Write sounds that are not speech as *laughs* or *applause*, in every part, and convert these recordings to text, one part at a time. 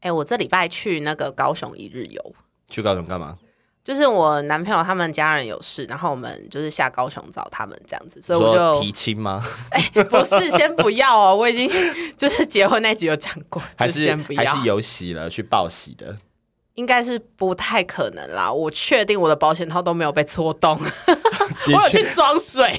哎、我这礼拜去那个高雄一日游，去高雄干嘛？就是我男朋友他们家人有事，然后我们就是下高雄找他们这样子，所以我说提就亲吗？不是先不要哦，我已经 *laughs* 就是结婚那集有讲过，还就是先不还要，是有喜了去报喜的？应该是不太可能啦。我确定我的保险套都没有被戳洞， *laughs* 我有去装 *laughs* 水，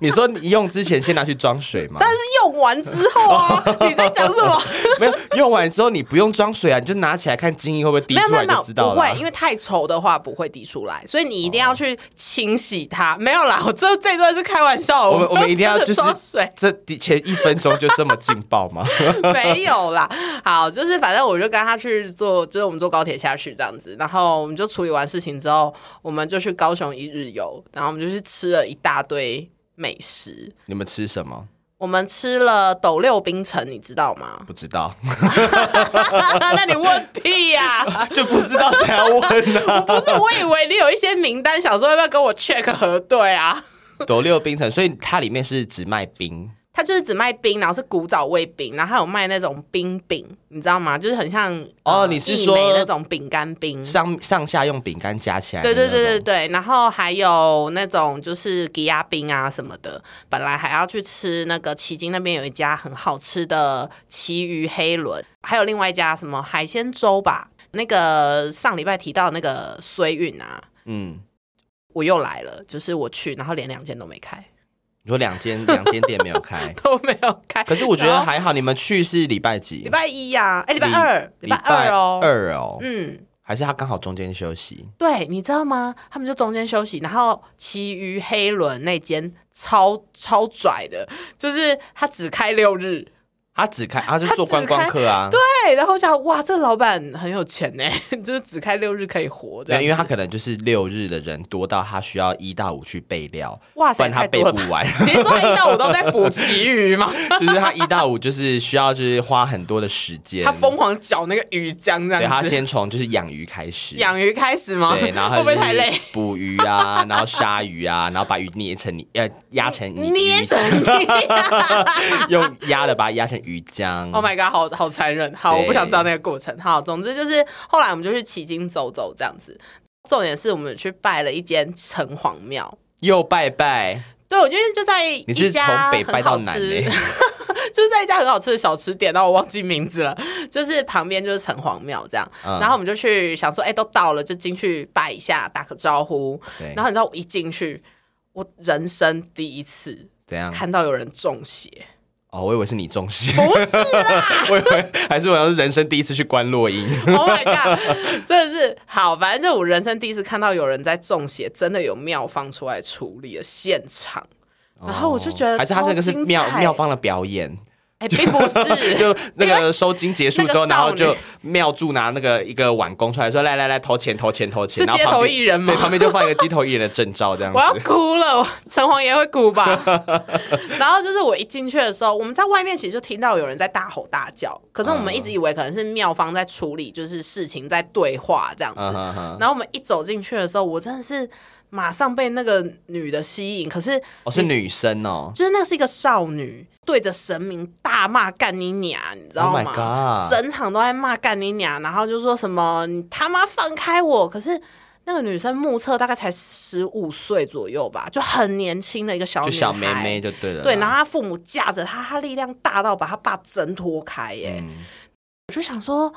你说你用之前先拿去装水吗？ *laughs* 但是用完之后啊，哦你在讲什么？没有用完之后你不用装水啊，你就拿起来看精液会不会滴没有出没有来没就有，知道不了啊哦会，。因为太稠的话不会滴出来，所以你一定要去清洗它。没有啦，我这这段是开玩笑，我们我们一定要真的就是装水这前一分钟就这么劲爆吗？ *laughs* 没有啦。好，就是反正我就跟他去坐，就是我们坐高铁下去这样子，然后我们就处理完事情之后，我们就去高雄一日游，然后我们就去吃了一大堆美食。你们吃什么？我们吃了斗六冰城，你知道 *laughs*？吗不知道，那你问屁呀、 *laughs* 就不知道才要问啊 *laughs* 呢、不是，我以为你有一些名单，想说要不要跟我 check 核对啊？斗六冰城，所以它里面是只卖冰，它就是只卖冰，然后是古早味冰，然后还有卖那种冰饼，你知道吗？就是很像哦呃你是一说枚那种饼干冰？上上下用饼干夹起来。对对对对，对，然后还有那种就是吉亚冰啊什么的。本来还要去吃那个旗津那边有一家很好吃的旗鱼黑轮，还有另外一家什么海鲜粥吧。那个上礼拜提到那个衰运啊，嗯，我又来了，就是我去，然后连两间都没开， *laughs* 有两间两间店没有开，都没有开。可是我觉然得后还好，你们去是礼拜几？礼拜一呀、啊，哎，礼拜二，礼拜二哦，二哦，嗯，还是他刚好中间休息？对，你知道吗？他们就中间休息，然后其余黑轮那间超超拽的，就是他只开六日。他只开，他就他做只观光客啊， *laughs* 对，然后我想哇，这个老板很有钱呢， *laughs* 就是只开六日可以活没有的。因为他可能就是六日的人多到他需要一到五去备料，哇不塞，然他太备多了吧！不完。 *laughs* 你是说他一到五都在补其余 *laughs* 吗？就是他一到五就是需要就是花很多的时间，他疯狂搅那个鱼浆这对他样子，先从就是养鱼开始，养鱼开始吗？对，然后会他不会就是太累？捕鱼啊，然后杀鱼啊，然后把鱼捏成泥呃压成泥捏 *laughs* 成泥用压的把它压成鱼浆。 Oh my god，好好残忍！好，我不想嗯对知道那个过程。好，总之就是后来我们就去迄今走走这样子。重点是我们去拜了一间城隍庙。又拜拜，对，我觉得就在你一是从家北很拜好到南欸吃嘞、 *laughs* 就是在一家很好吃的小吃店，然后我忘记名字了，就是旁边就是城隍庙这样。嗯然后我们就去想说，哎、都到了就进去拜一下，打个招呼。对然后你知道我一进去，我人生第一次怎样？看到有人中 *laughs* 邪，哦，我以为是你 *laughs* 中邪，不是啦。我以为还是我要是人生第一次去观落音。 Oh my god！真的是好，反正这我人生第一次看到有人在中邪，真的有妙方出来处理了现场。然后哦我就觉得哦还是他这个是超精妙彩妙方的表演，哎、并不是， *laughs* 就那个收金结束之后，哎那个少女然后就妙祝拿那个一个碗公出来说：“来来来，投钱投钱投钱。”是然后街头旁边艺人吗对，旁边就放一个街头艺人的证照这样我要子。哭了，我城隍爷会哭 *laughs* 吧？然后就是我一进去的时候，我们在外面其实就听到有人在大吼大叫，可是我们一嗯直以为可能是妙方在处理，就是事情在对话这样子。嗯哼哼，然后我们一走进去的时候，我真的是马上被那个女的吸引，可是我是女生哦。就是那是一个少女对着神明大骂干你娘，你知道 Oh 吗 my god！整场都在骂干你娘，然后就说什么你他妈放开我，可是。那个女生目测大概才十五岁左右吧，就很年轻的一个小女就孩，小妹妹就对了啦。对，然后她父母架着她，她力量大到把她爸挣脱开耶。嗯，我就想说，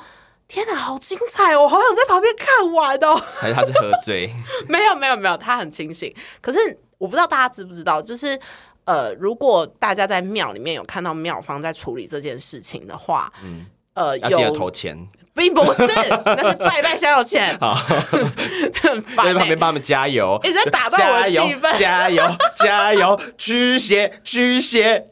天哪，好精彩哦！我好想在旁边看完哦。还是她是喝 *laughs* 醉，没有没有没有，他很清醒。可是我不知道大家知不知道，就是呃，如果大家在庙里面有看到庙方在处理这件事情的话，嗯，呃，要记得有投钱，并不是，那是拜拜香油钱， *laughs* 好，很烦、在旁边欸。帮他们加油，一直在打断我加的油气氛。*laughs* 加油加油，驱邪驱邪，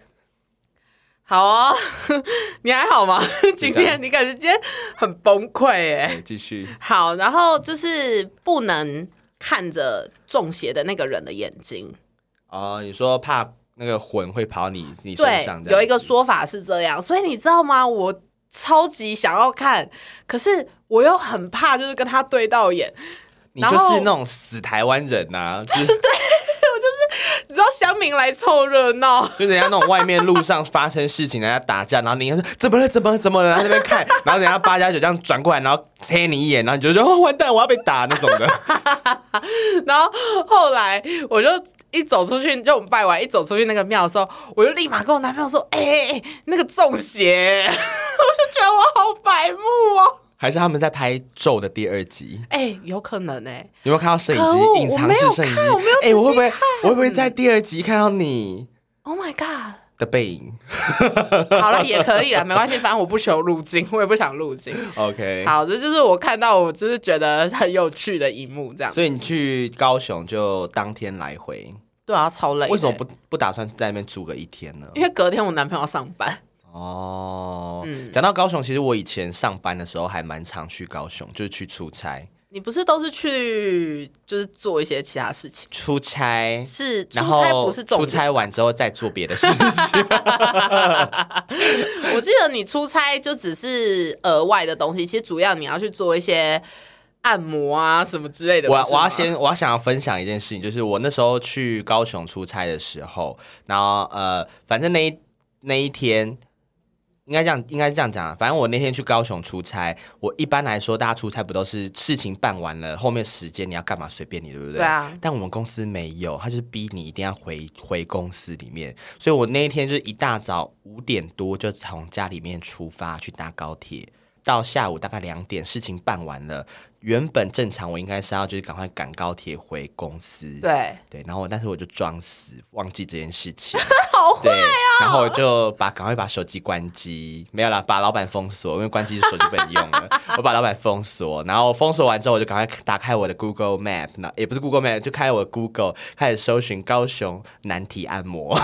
好哦， *laughs* 你还好 *laughs* 吗？今这样天你感觉今天很崩溃哎、哎继续。好，然后就是不能看着中邪的那个人的眼睛。哦，你说怕那个魂会跑你你身对上，这样子，有一个说法是这样，所以你知道吗？我超级想要看，可是我又很怕，就是跟他对到眼，你就然后 *laughs* 啊是那种死台湾人呐、就是你知道乡民来凑热闹， *laughs* 就人家那种外面路上发生事情，人家打架，然后你说怎么了怎么了怎么了，然后在那边看，然后人家八加九这样转过来，然后切你一眼，然后你就说哦完蛋，我要被打那种的。 *laughs* 然后后来我就一走出去，就我们拜完一走出去那个庙的时候，我就立马跟我男朋友说：“哎、哎哎，那个中邪！” *laughs* 我就觉得我好白目哦。还是他们在拍《咒》的第二集，哎、有可能哎、有没有欸看到摄影可恶机隐藏式摄影机哎我没有看我没有？仔细我会不会我会不会在第二集看到你 o h Oh my god！的背影好了，也可以了，没关系，反正我不求路径，我也不想路径。 ？OK，好，这就是我看到我就是觉得很有趣的一幕，这样所以你去高雄就当天来回，对啊，超累的。为什么不不打算在那边住个一天呢？因为隔天我男朋友要上班， *laughs* 哦，嗯讲到高雄，其实我以前上班的时候还蛮常去高雄，就是去出差，你不是都是去就是做一些其他事情？出差。是出然差后不是重出点，差完之后再做别的事情，我记得你出差就只是额外的东西，其实主要你要去做一些按摩啊什么之类的。我不是我吗要先我要想要分享一件事情，就是我那时候去高雄出差的时候，然后呃，反正那一那一天应该这样应该是这样讲啊，反正我那天去高雄出差，我一般来说大家出差不都是事情办完了，后面时间你要干嘛随便你，对不对？对啊但我们公司没有，他就是逼你一定要回回公司里面，所以我那一天就是一大早五点多就从家里面出发去搭高铁，到下午大概两点事情办完了，原本正常我应该是要就是赶快赶高铁回公司，对， *laughs* 对，然后我但是我就装死忘记这件事情，好坏啊！然后我就把赶快把手机关机，没有啦，把老板封锁，因为关机是手机不能用了。我把老板封锁，然后封锁完之后，我就赶快 *laughs* 打开我的 Google Map，那也不是 Google Map，就开我的 Google 开始搜寻高雄难题按摩。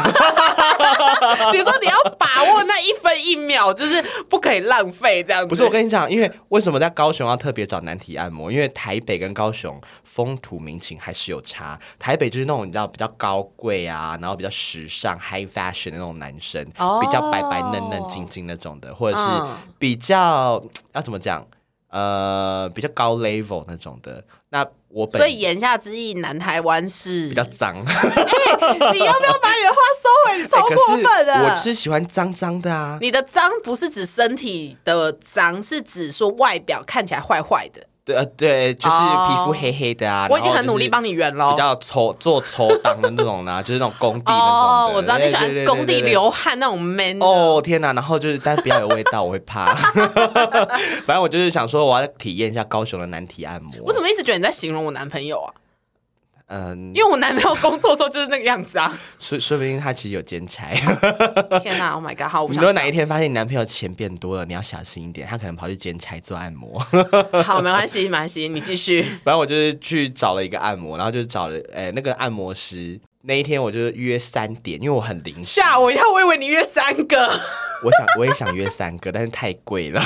比如说你要把握那一分一秒，就是不可以浪费这样子。不是我跟你讲，因为为什么在高雄要特别找难题按摩？因为台北跟高雄风土民情还是有差。台北就是那种你知道比较高贵啊，然后比较时尚 high fashion 的那种男生，哦比较白白嫩嫩晶晶那种的，或者是嗯比较、要怎么讲？呃，比较高 level 那种的。那我本所以言下之意，南台湾是比较脏， *laughs* 你要不要把你的话收回？你超 *laughs* 哎可过是分的。我是喜欢脏脏的啊。你的脏不是指身体的脏，是指说外表看起来坏坏的。对呃对，就是哦皮肤黑黑的啊。我已经然后很就是努力帮你圆喽比。较抽做抽档的那种 *laughs* 啦、就是那种工地那种的。哦，我知道你喜对欢工地。对对对对流汗那种 man 的哦天哪！然后就是，但不要有味道，我会怕。 *laughs* 反正我就是想说，我要体验一下高雄的难题按摩。我怎么一直觉得你在形容我男朋友啊？嗯，因为我男朋友工作的时候就是那个样子 *laughs* 啊！说说不定他其实有兼差。天哪，Oh my god！好，我不你想如果哪一天发现你男朋友钱变多了，你要小心一点，他可能跑去兼差做按摩。 *laughs* 好，没关系，没关系，你继续。反正我就是去找了一个按摩，然后就找了诶、那个按摩师。那一天我就是约三点，因为我很临时，吓我一跳，我以为你约三 *laughs* 个，我想我也想约三个，但是太贵了。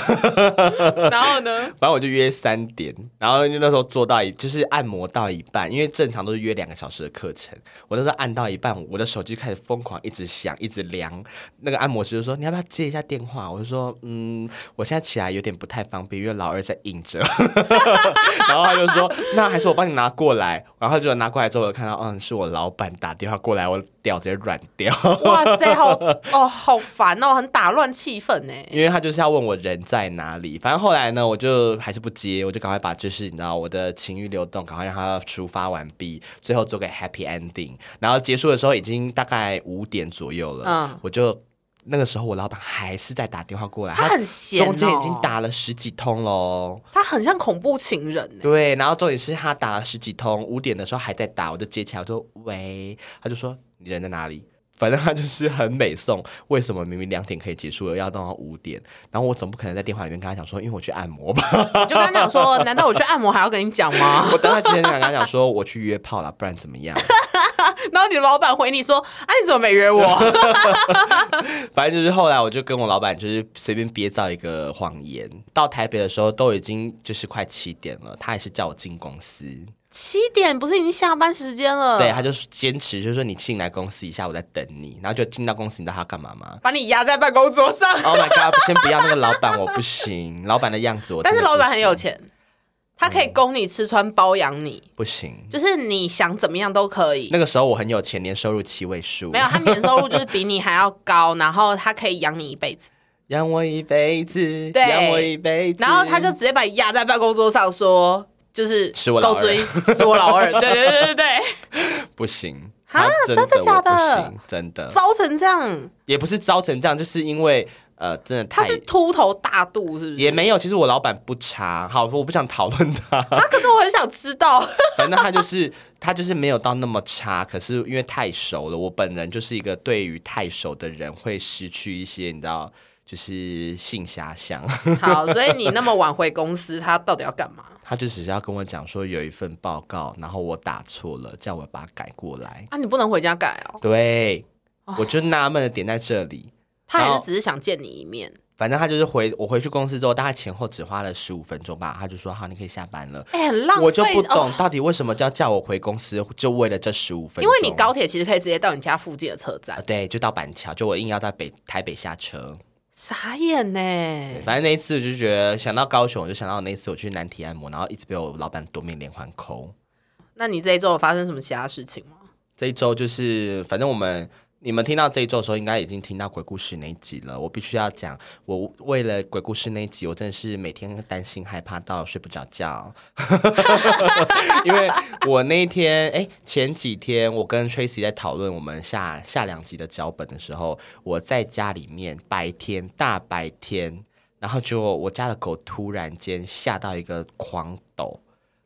然后呢？反正我就约三点，然后就那时候做到一，就是按摩到一半，因为正常都是约两个小时的课程，我那时候按到一半，我的手机开始疯狂一直响，一直凉。那个按摩师就说：“你要不要接一下电话？”我就说：“嗯，我现在起来有点不太方便，因为老二在硬着。” *laughs* 然后他就说：“那还是我帮你拿过来。”然后就拿过来之后，我就看到，嗯，是我老板打电话过来，我屌直接软掉。哇塞，好哦，好烦哦，很打乱气氛呢。因为他就是要问我人在哪里。反正后来呢，我就还是不接，我就赶快把就是你知道我的情欲流动，赶快让它抒发完毕，最后做个 happy ending。然后结束的时候已经大概五点左右了，嗯我就那个时候我老板还是在打电话过来，他很闲哦中间已经打了十几通喽。他很像恐怖情人欸呢。对，然后重点是他打了十几通，五点的时候还在打，我就接起来，我说喂，他就说你人在哪里？反正他就是很美颂，为什么明明两点可以结束了，要弄到五点？然后我总不可能在电话里面跟他讲说，因为我去按摩吧。你就跟他讲 *laughs* 说，难道我去按摩还要跟你讲吗？我当他之前想跟他讲说，我去约炮了，不然怎么样？ *laughs* *laughs* 然后你老板回你说，啊，你怎么没约我？反正就是后来我就跟我老板就是随便憋造一个谎言。到台北的时候都已经就是快七点了，他也是叫我进公司， *laughs* 七点不是已经下班时间了？对，，他就坚持就是说你进来公司一下，我在等你。然后就进到公司，你知道他要干嘛吗？把你压在办公桌上。 Oh my god！先不要那个老板，我不行，老板的样子我。但是老板很有，钱，它可以供你吃穿包养你，不行。就是你想怎么样都可以。那个时候我很有钱，年收入七位数。没有，他年收入就是比你还要高，然后他可以养你一辈 *laughs* 子，养我一辈子，对养我一辈子。然后他就直接把你压在办公桌上说，就是是我老够追，是我老二，对对对对 *laughs* 对，不行啊他真的真的假的我不行真的糟成这样，也不是糟成这样，就是因为呃，真的他太是秃头大肚是不是？也没有。其实我老板不差，好，我不想讨论他。 *laughs* 啊，可是我很想知道，反正他就是他就是没有到那么差，可是因为太熟了，我本人就是一个对于太熟的人会失去一些，你知道，就是性遐想。 *laughs* 好，所以你那么晚回公司，他到底要干嘛？他就只是要跟我讲说有一份报告，然后我打错了，叫我把它改过来。啊，你不能回家改哦，对，我就纳闷的点在这里。他还然是后只是想见你一面。反正他就是回我回去公司之后，大概前后只花了十五分钟吧，他就说好，你可以下班了。哎、很浪费，我就不哦懂到底为什么就要叫我回公司，就为了这十五分钟。因为你高铁其实可以直接到你家附近的车啊站，对，就到板桥，就我硬要在北台北下车。傻眼呢、反正那一次我就觉得想到高雄，我就想到那一次我去南体按摩，然后一直被我老板夺命连环扣。那你这一周有发生什么其他事情吗？这一周就是，反正我们你们听到这一周的时候，应该已经听到鬼故事那一集了。我必须要讲，我为了鬼故事那一集，我真的是每天担心害怕到睡不着觉，因为我那一天哎前几天我跟 Tracy 在讨论我们下下两集的脚本的时候，我在家里面白天大白天。然后结果我家的狗突然间吓到一个狂抖，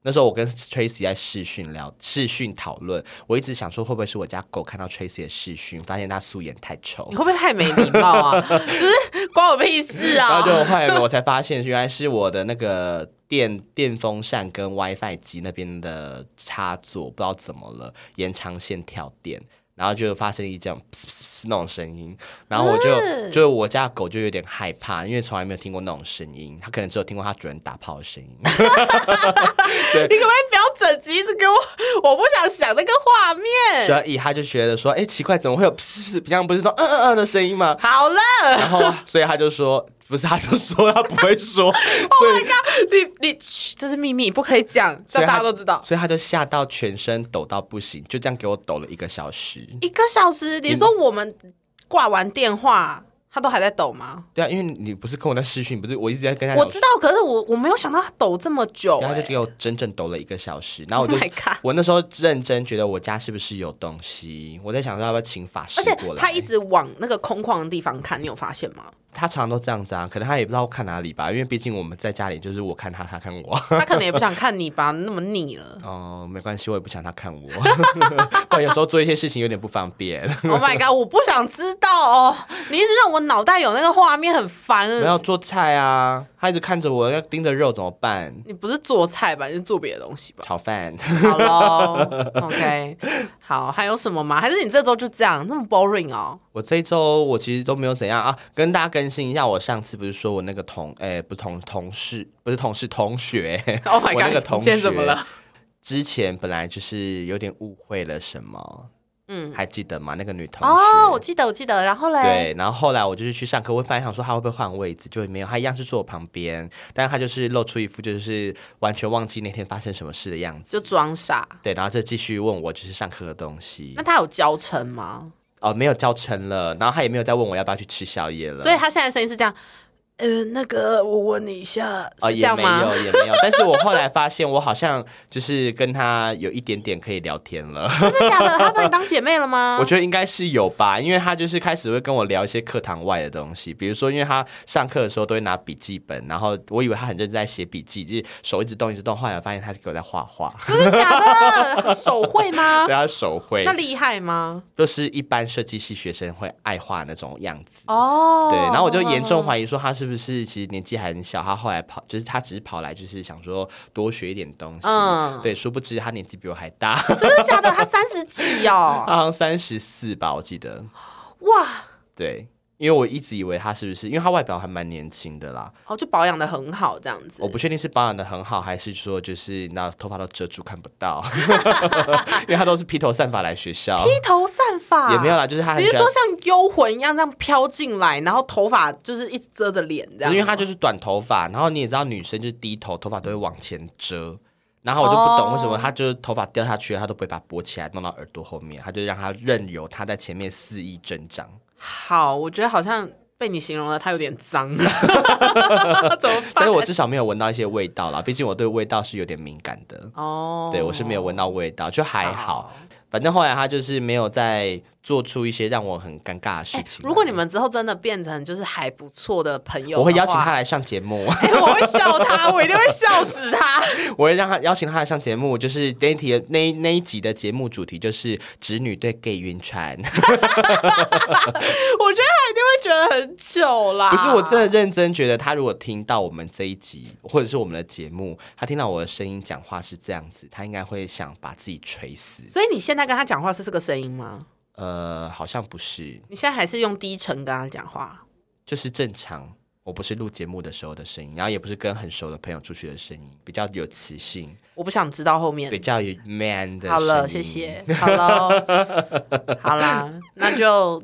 那时候我跟 Tracy 在视讯聊、视讯讨论，我一直想说会不会是我家狗看到 Tracy 的视讯，发现它素颜太丑你，会不会太没礼貌 *laughs* 啊？就是关我屁事然啊后！就后来我才发现原来是我的那个电电风扇跟 WiFi 机那边的插座不知道怎么了，延长线跳电。然后就发生一这样噗噗噗噗那种声音，然后我就、就我家的狗就有点害怕，因为从来没有听过那种声音，它可能只有听过它主人打炮的声音。你可不可以不要整集一直给我？我不想想那个画面。所以他就觉得说，哎、奇怪，怎么会有噗噗噗平常不是说嗯嗯嗯的声音吗？好了，然后，所以他就说，不是，他就说他不会说，所以，Oh 你你嘘这是秘密，不可以讲，所让以大他家都知道。所以他就吓到全身抖到不行，就这样给我抖了一个小时。一个小时，你说我们挂完电话，他都还在抖吗？对啊，因为你不是跟我在视讯，不是我一直在跟他我讲知道，可是我我没有想到他抖这么久、然后他就欸。给我整整抖了一个小时，然后我就 Oh my god 我那时候认真觉得我家是不是有东西，我在想说要不要请法师而且过来。他一直往那个空旷的地方看，你有发现吗？他常常都这样子啊，可能他也不知道看哪里吧，因为毕竟我们在家里就是我看他，他看 *laughs* 我。他可能也不想看你吧，那么腻了。哦，没关系，我也不想他看我， *laughs* 不然有时候做一些事情有点不方便。 Oh my god！我不想知道哦，你一直让我脑袋有那个画面，很烦。我要做菜啊，他一直看着我要盯着肉怎么办？你不是做菜吧？你是做别的东西吧？炒饭，好 *laughs* 喽，OK，好，还有什么吗？还是你这周就这样，那么 boring 哦？我这一周我其实都没有怎样啊，跟大家更新一下，我上次不是说我那个同诶、不同同事不是同事同学 Oh my 我那 god！个同你今天学怎么了？？之前本来就是有点误会了什么，嗯嗯，还记得吗？那个女同学哦，我记得，我记得。然后嘞，对，然后后来我就是去上课，我本来想说他会不会换位置，就没有，他一样是坐我旁边，但他就是露出一副就是完全忘记那天发生什么事的样子。就装傻。对，然后就继续问我就是上课的东西那，他有教程吗？哦，没有教程了，然后他也没有再问我要不要去吃宵夜了，所以他现在声音是这样。呃，那个，我问你一下，是哦这也样没吗？有也没有，但是我后来发现我好像就是跟他有一点点可以聊天了，真的假的？他把你当姐妹了吗？ *laughs* 我觉得应该是有吧，因为他就是开始会跟我聊一些课堂外的东西，比如说，因为他上课的时候都会拿笔记本，然后我以为他很认真在写笔记，就是手一直动一直动，后来我发现他给我在画画， *laughs* 真的假的？手绘吗对？他手绘那，厉害吗？就是一般设计系学生会爱画那种样子。哦，对，然后我就严重怀疑说他是不是其实年纪还很小，他后来跑就是他只是跑来就是想说多学一点东西，嗯对，殊不知他年纪比我还大，真的假的？他三十几他 *laughs* 哦，好像三十四吧，我记得，哇！对，因因为我一直以为他是不是，因为他外表还蛮年轻的啦，哦，就保养的很好这样子我。不确定是保养的很好，还是说就是那头发都遮住看不到， *laughs* 因为他都是披头散发来学校，披头散发也没有啦，就是他很你是喜欢说像幽魂一样这样飘进来，然后头发就是一直遮着脸这样吗？因为她就是短头发，然后你也知道女生就是低头，头发都会往前遮。然后我就不哦懂为什么她就是头发掉下去了，她都不会把它拨起来弄到耳朵后面，她就让它任由它在前面肆意挣张。好，我觉得好像被你形容了，它有点 *laughs* 脏，怎么但办是？我至少没有闻到一些味道啦，毕竟我对味道是有点敏感的。哦，对我是没有闻到味道，就还好好。反正后来她就是没有再做出一些让我很尴尬的事哎情。如果你们之后真的变成就是还不错的朋友，我会邀请她。来上节目， *laughs* 哎、我会笑他，我一定会笑死他。 *laughs* 我会让她邀请她来上节目，就是那一题那一那一集的节目主题就是直女对 gay 晕船。我觉得他一定会觉得很糗啦。 *laughs* 不是，我真的认真觉得，他如果听到我们这一集或者是我们的节目，他听到我的声音讲话是这样子，他应该会想把自己锤死。所以你现在跟他讲话是这个声音吗？呃，好像不是，你现在还是用低沉跟他讲话？就是正常。我不是录节目的时候的声音，然后也不是跟很熟的朋友出去的声音，比较有磁性，我不想知道后面比。较有 man 的。好了，谢。谢。好 *laughs* 了，好啦，那就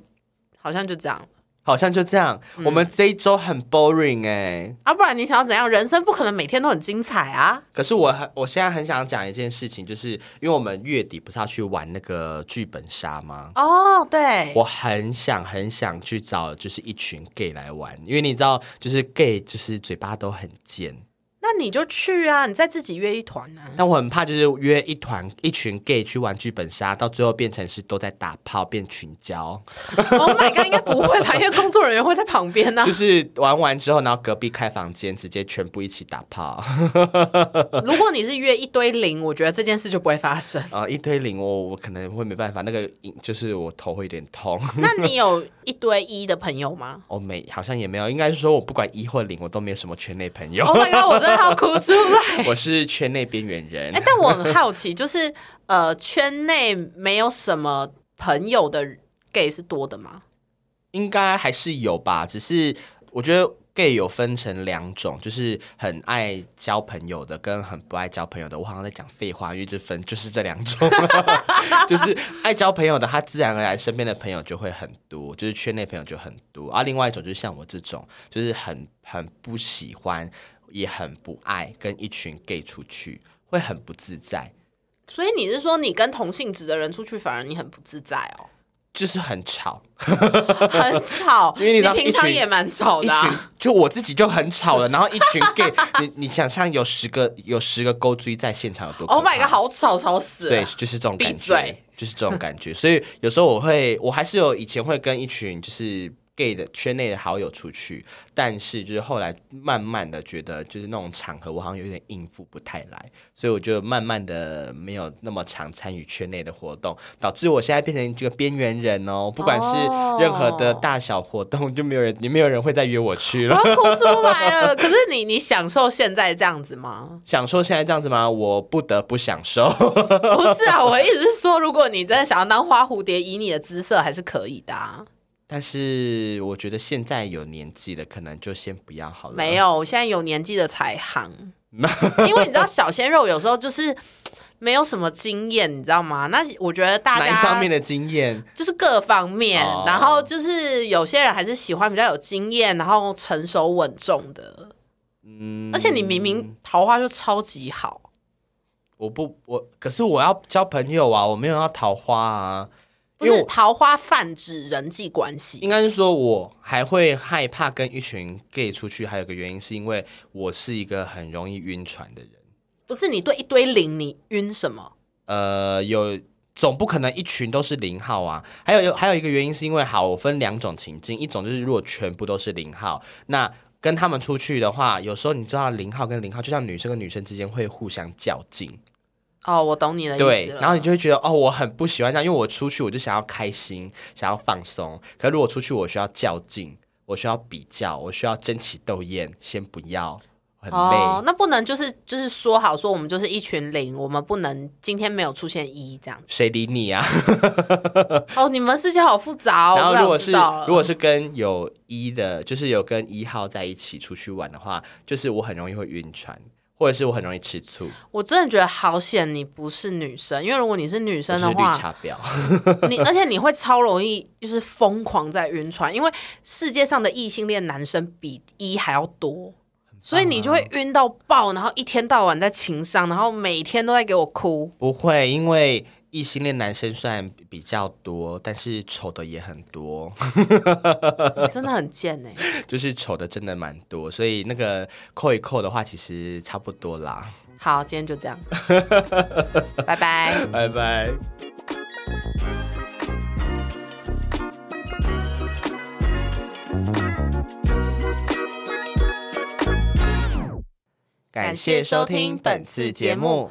好像就这样。好像就这样，嗯我们这一周很 boring 哎、啊，不然你想要怎样？人生不可能每天都很精彩啊！可是我很，我现在很想讲一件事情，就是因为我们月底不是要去玩那个剧本杀吗？哦，对，我很想很想去找，就是一群 gay 来玩，因为你知道，就是 gay 就是嘴巴都很贱，那你就去啊，你再自己约一团啊。但我很怕就是约一团一群 gay 去玩剧本杀，到最后变成是都在打炮变群交， oh my god，应该不会吧？因为工作人员会在旁边啊呢、就是玩完之后，然后隔壁开房间直接全部一起打炮， *laughs* 如果你是约一堆零，我觉得这件事就不会发生。呃，一堆零我我可能会没办法，那个就是我头会有点痛。 *laughs* *laughs* 那你有一堆一的朋友吗我、没，好像也没有，应该是说我不管一或零，我都没有什么圈内朋友， ？Oh my god，我真的要哭出来。 *laughs* 我是圈内边缘人。哎、但我很好奇，就是呃，圈内没有什么朋友的 gay 是多的吗？应该还是有吧，只是我觉得 gay 有分成两种，就是很爱交朋友的跟很不爱交朋友的。我好像在讲废话，因为这分就是这两种， *laughs* 就是爱交朋友的，他自然而然身边的朋友就会很多，就是圈内朋友就很多。而、啊另外一种就是像我这种，就是很很不喜欢，也很不爱跟一群 gay 出去，会很不自在。所以你是说你跟同性质的人出去，反而你很不自在哦， *laughs* 就是很吵，很吵，因为你你知道平常一群也蛮吵一的啊、群就我自己就很吵了，然后一群 *laughs* gay，你你想象有十个有十个勾追在现场有多可怕 Oh my god，好吵，吵死了！对，就是这种感闭觉嘴，就是这种感觉。 *laughs* 所以有时候我会，我还是有以前会跟一群就是 gay 的圈内的好友出去，但是就是后来慢慢的觉得，就是那种场合我好像有点应付不太来，所以我就慢慢的没有那么常参与圈内的活动，导致我现在变成一个边缘人哦。不管是任何的哦大小活动，就没有人，也没有人会再约我去了？我。要哭出来了。可是你，你享受现在这样子吗享受现在这样子吗？我不得不享受。 *laughs* *laughs* 不是啊，我的意思是说，如果你真的想要当花蝴蝶，以你的姿色还是可以的、啊。但是我觉得现在有年纪的，可能就先不要好了。没有，我现在有年纪的才行，因为你知道小鲜肉有时候就是。没有什么经验，你知道吗？那我觉得大哪一家方面的经验？就是各方面，哦然后就是有些人还是喜欢比较有经验，然后成熟稳重的。嗯而且你明明桃花就超级好，我不我，可是我要交朋友啊，我没有要桃花啊，不因为是我桃花泛指人际关系应该是说我还会害怕跟一群 gay 出去，还有个原因是因为我是一个很容易晕船的人。不是你对一堆零你晕什么？呃，有总不可能一群都是零号啊。还有有还有一个原因是因为好，我分两种情境，一种就是如果全部都是零号，那跟他们出去的话，有时候你知道零号跟零号，就像女生跟女生之间会互相较劲，哦，我懂你的意思对，了然后你就会觉得哦，我很不喜欢这样，因为我出去我就想要开心，想要放松，可如果出去我需要较劲。我需要比较，我需要争奇斗艳，先不要，很累。哦，那不能就是就是说好说我们就是一群零，我们不能今天没有出现一这样。谁理你啊？哦，你们世界好复杂哦。然后我如想果知是道了如果是跟有一的，就是有跟一号在一起出去玩的话，就是我很容易会晕船，或者是我很容易吃醋，我真的觉得好险你不是女生，因为如果你是女我生是的绿话，茶婊。你而且你会超容易就是疯狂在晕船，因为世界上的异性恋男生比一还要多，所以啊你就会晕到爆，然后一天到晚在情商，然后每天都在给我哭。不会，因为异性恋男生虽然比较多，但是丑的也很多， *laughs* 你真的很贱哎、就是丑的真的蛮多，所以那个扣一扣的话，其实差不多啦。好，今天就这 *laughs* 样，拜拜。拜拜。感谢收听本次节目，，